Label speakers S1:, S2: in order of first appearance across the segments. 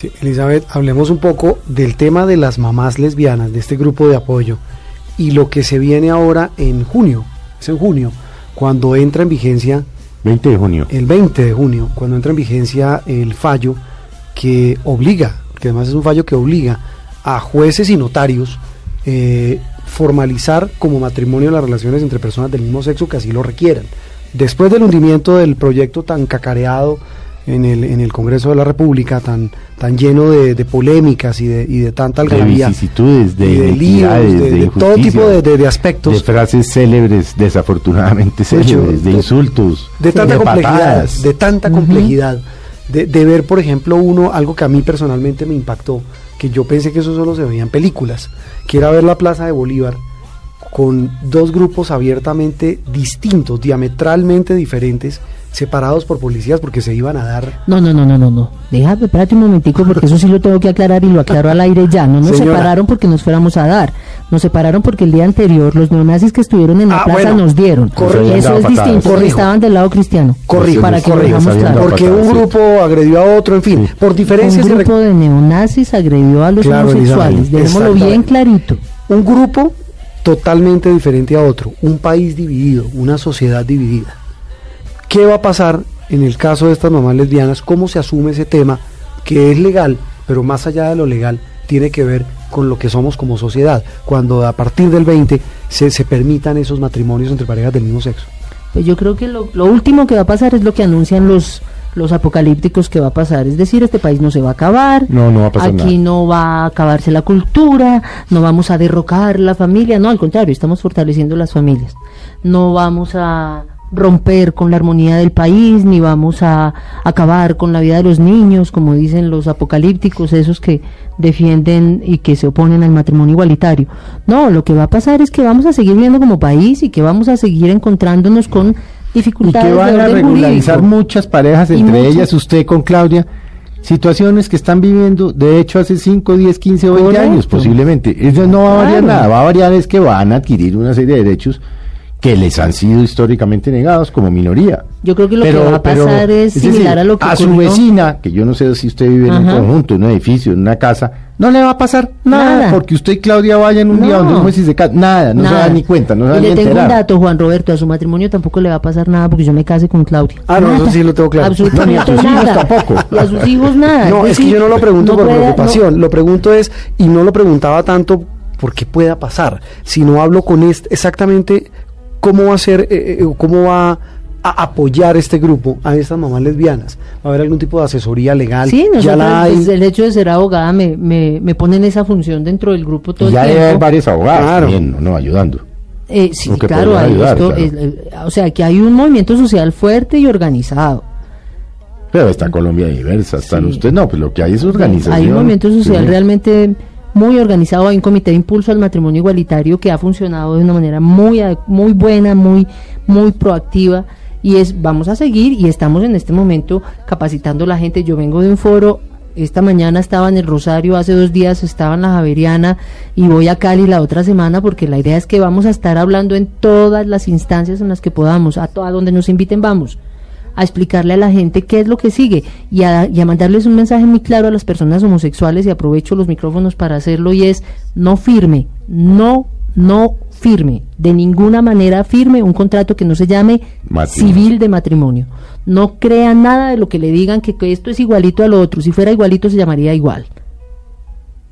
S1: Sí, Elizabeth, hablemos un poco del tema de las mamás lesbianas, de este grupo de apoyo y lo que se viene ahora en junio, es en junio, cuando entra en vigencia,
S2: 20 de junio.
S1: el 20 de junio, cuando entra en vigencia el fallo que obliga, que además es un fallo que obliga a jueces y notarios eh, formalizar como matrimonio las relaciones entre personas del mismo sexo que así lo requieran. Después del hundimiento del proyecto tan cacareado en el, en el Congreso de la República, tan, tan lleno de, de polémicas y de, y de tanta
S2: De
S1: algarabía,
S2: vicisitudes, de,
S1: y de líos,
S2: inequidades,
S1: de, de todo
S2: injusticias,
S1: tipo de, de- de
S2: de
S1: aspectos, de,
S2: frases célebres, desafortunadamente
S1: De hecho,
S2: célebres, de
S1: de-
S2: insultos,
S1: tanta complejidad,
S2: patadas.
S1: de tanta complejidad, de, de ver, por ejemplo, uno, algo que a mí personalmente me impactó, que yo pensé que eso solo se veía en películas, que era ver la Plaza de Bolívar con dos grupos abiertamente distintos, diametralmente diferentes, separados por policías porque se iban a dar...
S3: No, no, no, no, no, no. Déjame, espérate un momentico porque eso sí lo tengo que aclarar y lo aclaro al aire ya. No nos
S1: Señora.
S3: separaron porque nos fuéramos a dar. Nos separaron porque el día anterior los neonazis que estuvieron en la
S1: Ah,
S3: plaza
S1: bueno.
S3: nos dieron.
S1: Corrijo.
S2: Nos habían
S3: eso
S2: dado
S3: es
S2: patadas.
S3: distinto.
S1: Corrijo.
S3: Estaban del lado cristiano.
S1: Corrijo,
S3: Para que lo
S1: corrijo,
S3: dejamos
S2: nos habían
S3: claro.
S2: dado
S1: Porque
S2: patadas,
S1: un
S2: sí.
S1: grupo agredió a otro, en fin,
S2: Sí.
S1: por diferencias
S3: Un
S1: irre-
S3: grupo de neonazis agredió a los
S1: Claro,
S3: homosexuales.
S1: Elizabeth,
S3: Dejémoslo bien
S1: exactamente.
S3: clarito.
S1: un grupo totalmente diferente a otro, un país dividido, una sociedad dividida. ¿Qué va a pasar en el caso de estas mamás lesbianas? ¿Cómo se asume ese tema que es legal, pero más allá de lo legal, tiene que ver con lo que somos como sociedad? Cuando a partir del 20 se, se permitan esos matrimonios entre parejas del mismo sexo.
S3: Pues yo creo que lo, lo último que va a pasar es lo que anuncian los los apocalípticos que va a pasar, es decir, este país no se va a acabar,
S2: No, no va a pasar
S3: aquí
S2: nada.
S3: no va a acabarse la cultura, no vamos a derrocar la familia, no, al contrario, estamos fortaleciendo las familias, no vamos a romper con la armonía del país, ni vamos a acabar con la vida de los niños, como dicen los apocalípticos, esos que defienden y que se oponen al matrimonio igualitario. No, lo que va a pasar es que vamos a seguir viviendo como país y que vamos a seguir encontrándonos con
S2: Y que
S3: dificultades
S2: van
S3: de
S2: a
S3: orden
S2: regularizar
S3: jurídico.
S2: muchas parejas,
S3: Y
S2: entre
S3: muchas.
S2: ellas usted con Claudia, situaciones que están viviendo, de hecho, hace 5, 10, 15 o 20
S3: Correcto.
S2: años posiblemente. Eso no va a variar
S3: Claro.
S2: nada, va a variar es que van a adquirir una serie de derechos que les han sido históricamente negados como minoría.
S3: Yo creo que lo que va a
S2: pero,
S3: pasar es
S2: decir,
S3: similar a lo que
S2: a su
S3: ocurrió-
S2: vecina, que yo no sé si usted vive en
S3: Ajá.
S2: un conjunto, en un edificio, en una casa, no le va a pasar nada,
S3: Nada.
S2: porque usted y Claudia vayan un día
S3: No.
S2: donde un juez y se ca- nada, no se
S3: Nada.
S2: dan ni cuenta, no se
S3: y
S2: van ni
S3: le tengo
S2: enterar.
S3: un dato, Juan Roberto, a su matrimonio tampoco le va a pasar nada porque yo me case con Claudia.
S1: Ah, no,
S3: Nada.
S1: eso sí lo tengo claro.
S3: Absolutamente
S2: No, ni a sus
S3: nada.
S2: hijos tampoco.
S3: Y a sus hijos nada.
S1: No, es que
S3: decir,
S1: yo no lo pregunto
S3: Pues no
S1: por
S3: puede-
S1: preocupación, lo pregunto es, y no lo preguntaba tanto porque pueda pasar, sino hablo con este, exactamente cómo va a ser, eh, eh, cómo va a apoyar este grupo a estas mamás lesbianas. ¿Va a haber algún tipo de asesoría legal?
S3: Sí,
S1: ya la
S3: nosotros,
S1: hay.
S3: pues, el hecho de ser abogada me, me, me pone en esa función dentro del grupo todo
S2: Y ya
S3: el
S2: debe
S3: tiempo.
S2: haber varios abogados
S1: Claro.
S2: también, ¿no? ayudando.
S3: Eh, sí,
S2: Lo que
S3: claro,
S2: podría
S3: hay
S2: ayudar,
S3: esto,
S2: claro.
S3: es- eh, o sea, que hay un movimiento social fuerte y organizado.
S2: Pero está Colombia diversa, están
S3: Sí.
S2: ustedes. No, pues lo que hay es organización.
S3: Hay un movimiento social
S2: Sí.
S3: realmente muy organizado, hay un comité de impulso al matrimonio igualitario que ha funcionado de una manera muy ade- muy buena, muy muy proactiva y es vamos a seguir y estamos en este momento capacitando a la gente. Yo vengo de un foro esta mañana estaba en el Rosario, hace dos días estaba en la Javeriana y voy a Cali la otra semana porque la idea es que vamos a estar hablando en todas las instancias en las que podamos, a, to- a donde nos inviten vamos a explicarle a la gente qué es lo que sigue y a, y a mandarles un mensaje muy claro a las personas homosexuales y aprovecho los micrófonos para hacerlo y es no firme, no, no firme, de ninguna manera firme un contrato que no se llame
S2: Matrimonio.
S3: civil de matrimonio. No crean nada de lo que le digan que, que esto es igualito al otro, si fuera igualito se llamaría igual.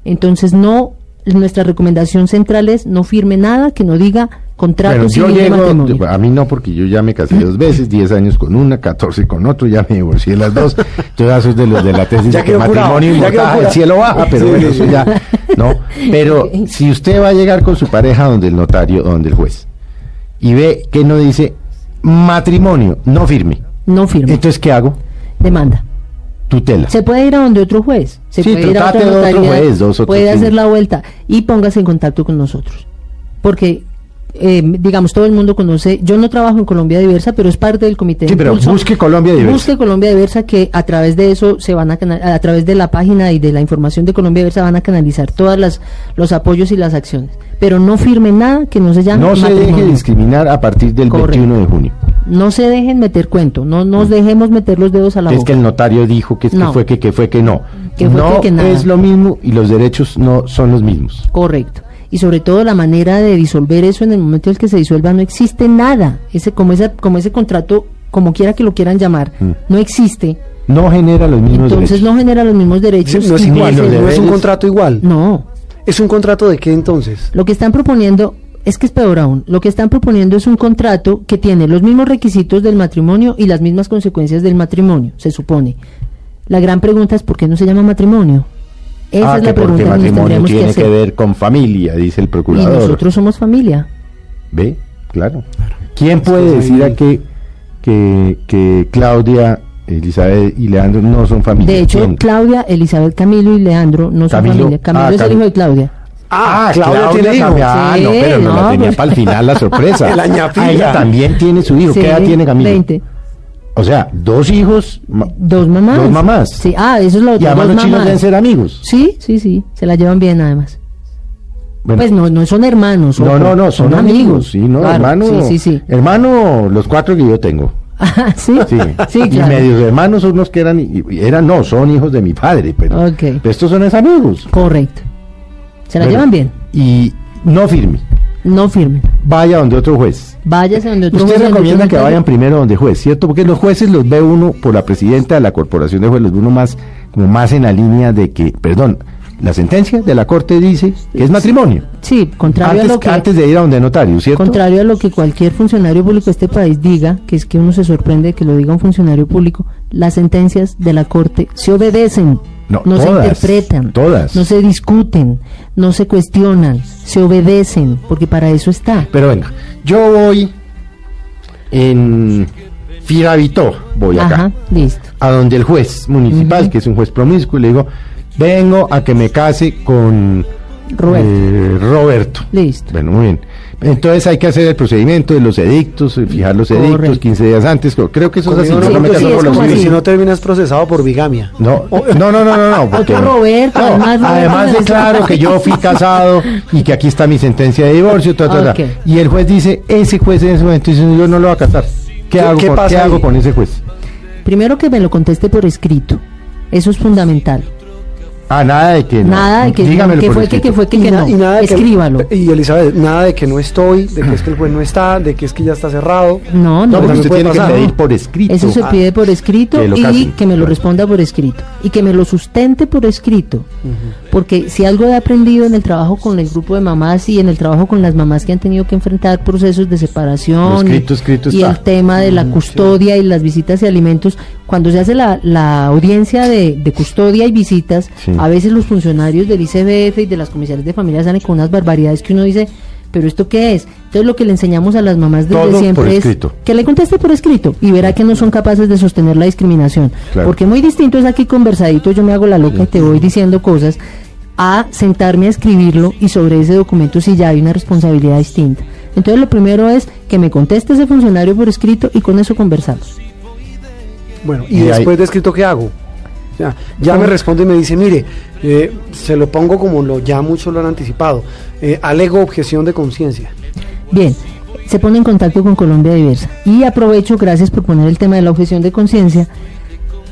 S3: Entonces no, nuestra recomendación central es no firme nada que no diga contrato
S2: Bueno, yo
S3: civil de matrimonio.
S2: llego, a mí no, porque yo ya me casé dos veces, 10 años con una, 14 con otro, ya me divorcié las dos. Yo ya soy de los de la tesis
S1: Ya
S2: de que
S1: quedó curado,
S2: matrimonio
S1: ya
S2: y
S1: quedó
S2: el
S1: curado.
S2: cielo baja, pero
S1: Sí,
S2: bueno,
S1: sí,
S2: eso
S1: sí.
S2: ya, ¿no? Pero si usted va a llegar con su pareja donde el notario, donde el juez, y ve que no dice matrimonio, no firme,
S3: no firme.
S2: entonces ¿qué hago?
S3: Demanda.
S2: Tutela.
S3: Se puede ir a donde otro juez, se
S2: Sí,
S3: puede ir a otra
S2: trate de otro
S3: notaría,
S2: juez, dos, otro,
S3: puede
S2: sí.
S3: hacer la vuelta y póngase en contacto con nosotros. Porque, eh, digamos, todo el mundo conoce, yo no trabajo en Colombia Diversa, pero es parte del comité de
S2: Sí, pero
S3: impulso.
S2: busque Colombia Diversa.
S3: Busque Colombia Diversa, que a través de eso se van a cana- a través de la página y de la información de Colombia Diversa van a canalizar todas las los apoyos y las acciones. Pero no firme nada que no se llame
S2: No se deje
S3: matrimonio.
S2: discriminar a partir del
S3: Correcto.
S2: 21 de junio.
S3: No se dejen meter cuento, no nos dejemos meter los dedos a la
S2: Es
S3: boca.
S2: que el notario dijo que, es que
S3: No.
S2: fue que, que fue que no.
S3: que fue
S2: no
S3: que nada.
S2: es lo mismo y los derechos no son los mismos.
S3: Correcto. Y sobre todo la manera de disolver eso en el momento en el que se disuelva no existe nada. Ese como esa como ese contrato como quiera que lo quieran llamar,
S2: Mm.
S3: no existe.
S2: No genera los mismos
S3: Entonces
S2: derechos.
S3: no genera los mismos derechos.
S1: No es
S3: y
S1: igual,
S2: los
S3: se-
S1: no es un
S2: deberes-
S1: contrato igual.
S3: no.
S1: ¿Es un contrato de qué entonces?
S3: Lo que están proponiendo es que es peor aún. Lo que están proponiendo es un contrato que tiene los mismos requisitos del matrimonio y las mismas consecuencias del matrimonio, se supone. La gran pregunta es por qué no se llama matrimonio. Esa
S2: ah,
S3: es
S2: que
S3: la pregunta
S2: porque
S3: que nos
S2: matrimonio
S3: tendríamos
S2: tiene que,
S3: hacer.
S2: ver con familia, dice el
S3: y
S2: procurador.
S3: nosotros somos familia.
S2: ¿Ve? Claro. ¿Quién
S1: Es
S2: puede
S1: que
S2: decir
S1: ahí-
S2: aquí que, que Claudia, Elizabeth y Leandro no son familia?
S3: De hecho,
S2: ¿Quién?
S3: Claudia, Elizabeth, Camilo y Leandro no son
S2: Camilo.
S3: familia. Camilo
S2: Ah,
S3: es el
S2: Camilo.
S3: hijo de Claudia.
S2: Ah, Claudia, tiene
S1: hijo.
S2: Camila. Ah,
S3: Sí,
S2: no, pero no, la
S3: no,
S2: tenía
S3: pues.
S2: para el final la sorpresa.
S1: La ñapita.
S2: Ah, Ella también tiene su hijo.
S3: Sí,
S2: ¿Qué edad tiene Camila?
S3: 20.
S2: O sea, dos hijos, ma-
S3: Dos mamás.
S2: Dos mamás.
S3: Sí, ah, eso es lo
S2: y
S3: otro.
S2: además
S3: dos
S2: los chinos deben
S3: mamás.
S2: ser amigos.
S3: Sí, sí, sí. Se la llevan bien, además.
S2: Bueno,
S3: Pues no, no son hermanos.
S2: no,
S3: ojo,
S2: no, no, son, amigos. Sí, no,
S3: claro,
S2: hermano.
S3: Sí, sí, sí.
S2: Hermano, los cuatro que yo tengo.
S3: Ah, sí,
S2: Sí,
S3: sí,
S2: Y
S3: claro.
S2: medios hermanos son los que eran, y- y eran, no, son hijos de mi padre, pero
S3: Ok.
S2: pero estos son mis amigos.
S3: Correcto. Se la
S2: Bueno,
S3: llevan bien.
S2: Y no firme.
S3: No firmen.
S2: Vaya donde otro juez.
S3: Váyase donde otro
S2: Usted
S3: juez, donde
S2: recomienda
S3: otro
S2: que
S3: notario.
S2: vayan primero donde juez, ¿cierto? Porque los jueces los ve uno por la presidenta de la corporación de jueces, los ve uno más, como más en la línea de que, perdón, la sentencia de la corte dice que es matrimonio.
S3: Sí, contrario a
S2: Antes,
S3: lo que.
S2: antes de ir a donde notario, ¿cierto?
S3: Contrario a lo que cualquier funcionario público de este país diga, que es que uno se sorprende de que lo diga un funcionario público, las sentencias de la Corte se obedecen,
S2: No,
S3: no,
S2: todas,
S3: se interpretan,
S2: todas.
S3: no se discuten, no se cuestionan, se obedecen, porque para eso está.
S2: Pero venga, yo voy en Firavito, voy acá.
S3: Ajá, listo.
S2: a donde el juez municipal, que es un juez promiscuo, y le digo, vengo a que me case con
S3: Roberto.
S2: eh, Roberto.
S3: Listo.
S2: Bueno, muy bien. Entonces hay que hacer el procedimiento de los edictos, eh, fijar los edictos
S3: Correcto.
S2: 15 días antes. creo- Creo que eso es así.
S1: Conmigo no,
S3: Sí,
S1: porque
S2: me
S1: si
S3: sí,
S1: no-
S2: casó
S3: es
S2: con los
S3: como
S1: porque
S2: civiles.
S1: si
S3: así.
S1: no terminas procesado por bigamia.
S2: No, no, no, no, no, no, porque-
S3: Otro Roberto,
S2: no,
S3: además Roberto.
S2: además de claro que yo fui casado y que aquí está mi sentencia de divorcio, ta, ta, ta.
S3: Ok.
S2: y el juez dice, ese juez en ese momento dice, yo no lo voy a casar. ¿Qué,
S1: ¿Qué-
S2: hago,
S1: qué
S2: con,
S1: pasa
S2: ¿qué
S1: ahí?
S2: hago con ese juez?
S3: Primero que me lo conteste por escrito, eso es fundamental.
S2: Ah, nada de que no.
S3: Nada de que,
S2: Dígamelo
S3: que
S2: por
S3: fue, que,
S2: escrito.
S3: que fue, que, que
S1: na-
S3: no,
S1: de que-
S3: escríbalo.
S1: y Elizabeth, nada de que no estoy, de que es que el juez no está, de que es que ya está cerrado.
S2: No,
S3: No,
S1: pero
S2: porque
S3: no,
S1: también
S2: usted
S1: puede
S2: tiene que
S1: pasar,
S2: pedir
S1: ¿no?
S2: por escrito.
S3: Eso se
S1: Ah,
S3: pide por escrito
S2: que lo
S3: y
S2: casen.
S3: que me lo
S2: Claro.
S3: responda por escrito y que me lo sustente por escrito. Porque si algo he aprendido en el trabajo con el grupo de mamás y en el trabajo con las mamás que han tenido que enfrentar procesos de separación
S2: Lo
S3: y-
S2: escrito, escrito
S3: y,
S2: está.
S3: el tema de la custodia y las visitas y alimentos, cuando se hace la, la audiencia de, de custodia y visitas,
S2: Sí.
S3: a veces los funcionarios del ICBF y de las comisiones de familia salen con unas barbaridades que uno dice, pero ¿esto qué es? Entonces lo que le enseñamos a las mamás desde
S2: Todo por
S3: siempre es
S2: escrito.
S3: que le conteste por escrito y verá que no son capaces de sostener la discriminación.
S2: Claro.
S3: Porque muy distinto es aquí conversadito, yo me hago la loca y te voy diciendo cosas, a sentarme a escribirlo y sobre ese documento si ya hay una responsabilidad distinta. Entonces lo primero es que me conteste ese funcionario por escrito y con eso conversamos.
S1: Bueno, y,
S2: Y ahí-
S1: después de escrito, ¿qué hago? Ya, ya me responde y me dice, mire, eh, se lo pongo como lo ya muchos lo han anticipado. eh, alego objeción de conciencia.
S3: Bien, se pone en contacto con Colombia Diversa. Y aprovecho, gracias por poner el tema de la objeción de conciencia,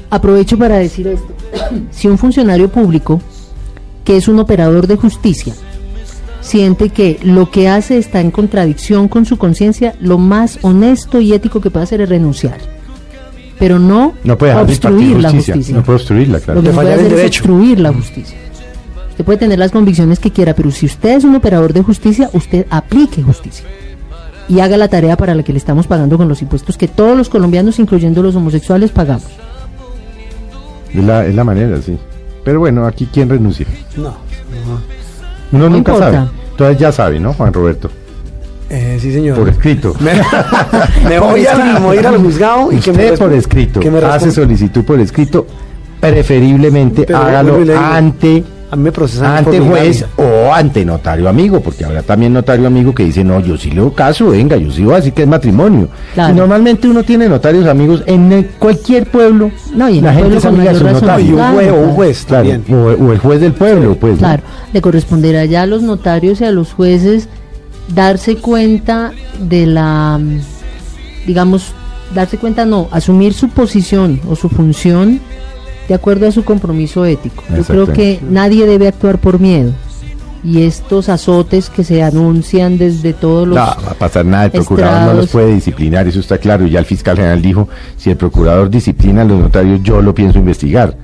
S3: aprovecho para decir esto. si un funcionario público, que es un operador de justicia, siente que lo que hace está en contradicción con su conciencia, lo más honesto y ético que puede hacer es renunciar. Pero no,
S2: No puede dejar de impartir
S3: obstruir la
S2: justicia,
S3: justicia.
S2: no puede obstruirla, claro.
S3: Lo que
S1: De
S3: no
S1: fallar
S3: puede
S1: en
S3: hacer es
S1: derecho.
S3: obstruir la justicia. Usted puede tener las convicciones que quiera, pero si usted es un operador de justicia, usted aplique justicia y haga la tarea para la que le estamos pagando con los impuestos que todos los colombianos, incluyendo los homosexuales, pagamos.
S2: Es la, es la manera, sí. Pero bueno, aquí quién renuncia.
S1: No. no.
S2: Uno
S3: No
S2: nunca
S3: importa.
S2: sabe. Entonces ya sabe, ¿no, Juan Roberto?
S1: Eh, sí, señor.
S2: Por escrito.
S1: Me, me voy a, me voy a ir al juzgado y que me
S2: Usted
S1: responda-
S2: por escrito.
S1: que me
S2: hace
S1: responda.
S2: solicitud por escrito. Preferiblemente
S1: Pero
S2: hágalo
S1: vuelvo y le digo,
S2: ante,
S1: A mí me procesan
S2: ante
S1: por
S2: juez
S1: bigamia.
S2: o ante notario amigo, porque habrá también notario amigo que dice, no, yo sí leo caso, venga, yo sí voy a decir que es matrimonio.
S3: Claro.
S2: Y normalmente uno tiene notarios amigos en el- cualquier pueblo.
S3: No, y en
S2: la
S3: el
S2: gente
S3: pueblo
S2: es
S3: con
S2: amiga de
S3: mayor
S2: su
S3: razón.
S1: Y
S2: notario.
S1: un
S3: Claro,
S1: juez, o un
S3: claro.
S1: juez
S2: Claro,
S1: Pues, también.
S2: o, o el juez del pueblo, pues. ¿no?
S3: Claro, le corresponderá ya a los notarios y a los jueces darse cuenta de la, mm, digamos, darse cuenta, no, asumir su posición o su función de acuerdo a su compromiso ético. Yo creo que nadie debe actuar por miedo. Y estos azotes que se anuncian desde todos los.
S2: No, va a pasar nada, el procurador no los
S3: estrados.
S2: puede disciplinar, eso está claro. y Ya el fiscal general dijo: si el procurador disciplina a los notarios, yo lo pienso investigar.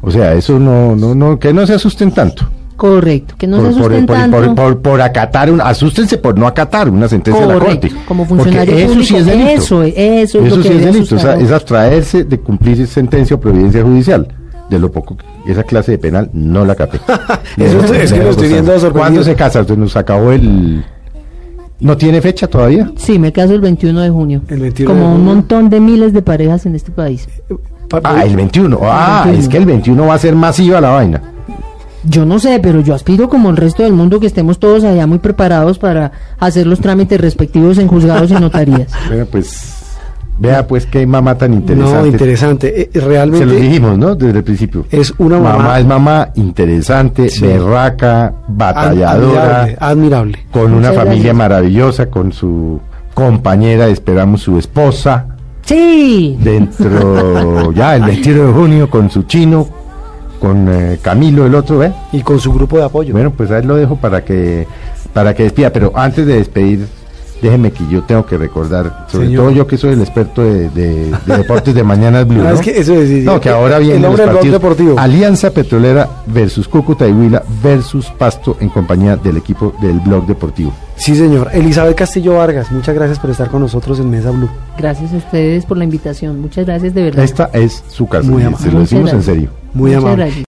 S2: O sea, eso no, no, no, que no se asusten tanto.
S3: Correcto, que no se
S2: por, por-
S3: asusten
S2: por-
S3: tanto.
S2: por- por- por acatar, un, asústense por no acatar una sentencia
S3: Correcto,
S2: de la Corte.
S3: como
S2: porque
S3: funcionario
S2: eso
S3: público,
S2: sí es delito.
S3: eso es- eso es lo que
S2: sí es
S3: debe
S2: delito. o sea,
S3: asustar a
S2: es
S3: uno.
S2: abstraerse de cumplir sentencia o providencia judicial. De lo poco, que- esa clase de penal no la capé.
S1: Eso es- es que lo estoy viendo sorprendido.
S2: ¿Cuándo se casa? Entonces nos acabó el. ¿No tiene fecha todavía?
S3: Sí, me caso el 21 de junio.
S1: El 21
S3: como
S1: de
S3: un
S1: junio.
S3: montón de miles de parejas en este país.
S1: Pa-
S2: Ah, el 21. Ah,
S3: 21.
S2: es que el 21 va a ser masiva la vaina.
S3: Yo no sé, pero yo aspiro como el resto del mundo que estemos todos allá muy preparados para hacer los trámites respectivos en juzgados y notarías.
S2: Bueno, pues. Vea, pues, qué mamá tan interesante.
S1: No, interesante. Eh, eh,
S2: Se
S1: realmente
S2: lo dijimos, ¿no? Desde el principio.
S1: es una
S2: mamá,
S1: mamá,
S2: es mamá interesante,
S1: Sí.
S2: berraca, batalladora,
S1: admirable, Ah, admirable.
S2: con una
S3: Muchas
S2: familia
S3: gracias.
S2: maravillosa, con su compañera, esperamos su esposa,
S3: Sí,
S2: dentro ya el 21 de junio con su chino, con eh, Camilo el otro, ¿eh?
S1: Y con su grupo de apoyo.
S2: Bueno, pues ahí lo dejo para que para que despida, pero antes de despedir déjeme que yo tengo que recordar, sobre
S1: Señor.
S2: todo yo que soy el experto de, de- de deportes de Mañanas Blue.
S1: Ah,
S2: ¿no?
S1: es que eso es- sí, sí.
S2: No, que ahora viene
S1: el
S2: los
S1: hombre del rock
S2: partidos.
S1: deportivo.
S2: Alianza Petrolera versus Cúcuta y Huila versus Pasto en compañía del equipo del blog deportivo.
S1: Sí, señor. Elizabeth Castillo Vargas, muchas gracias por estar con nosotros en Mesa Blue.
S3: gracias a ustedes por la invitación. Muchas gracias de verdad.
S2: Esta es su casa.
S1: Muy
S2: y
S1: amable.
S2: Se lo decimos en
S3: Muchas gracias.
S2: serio.
S1: Muy
S3: Muchas
S1: amable.
S3: gracias.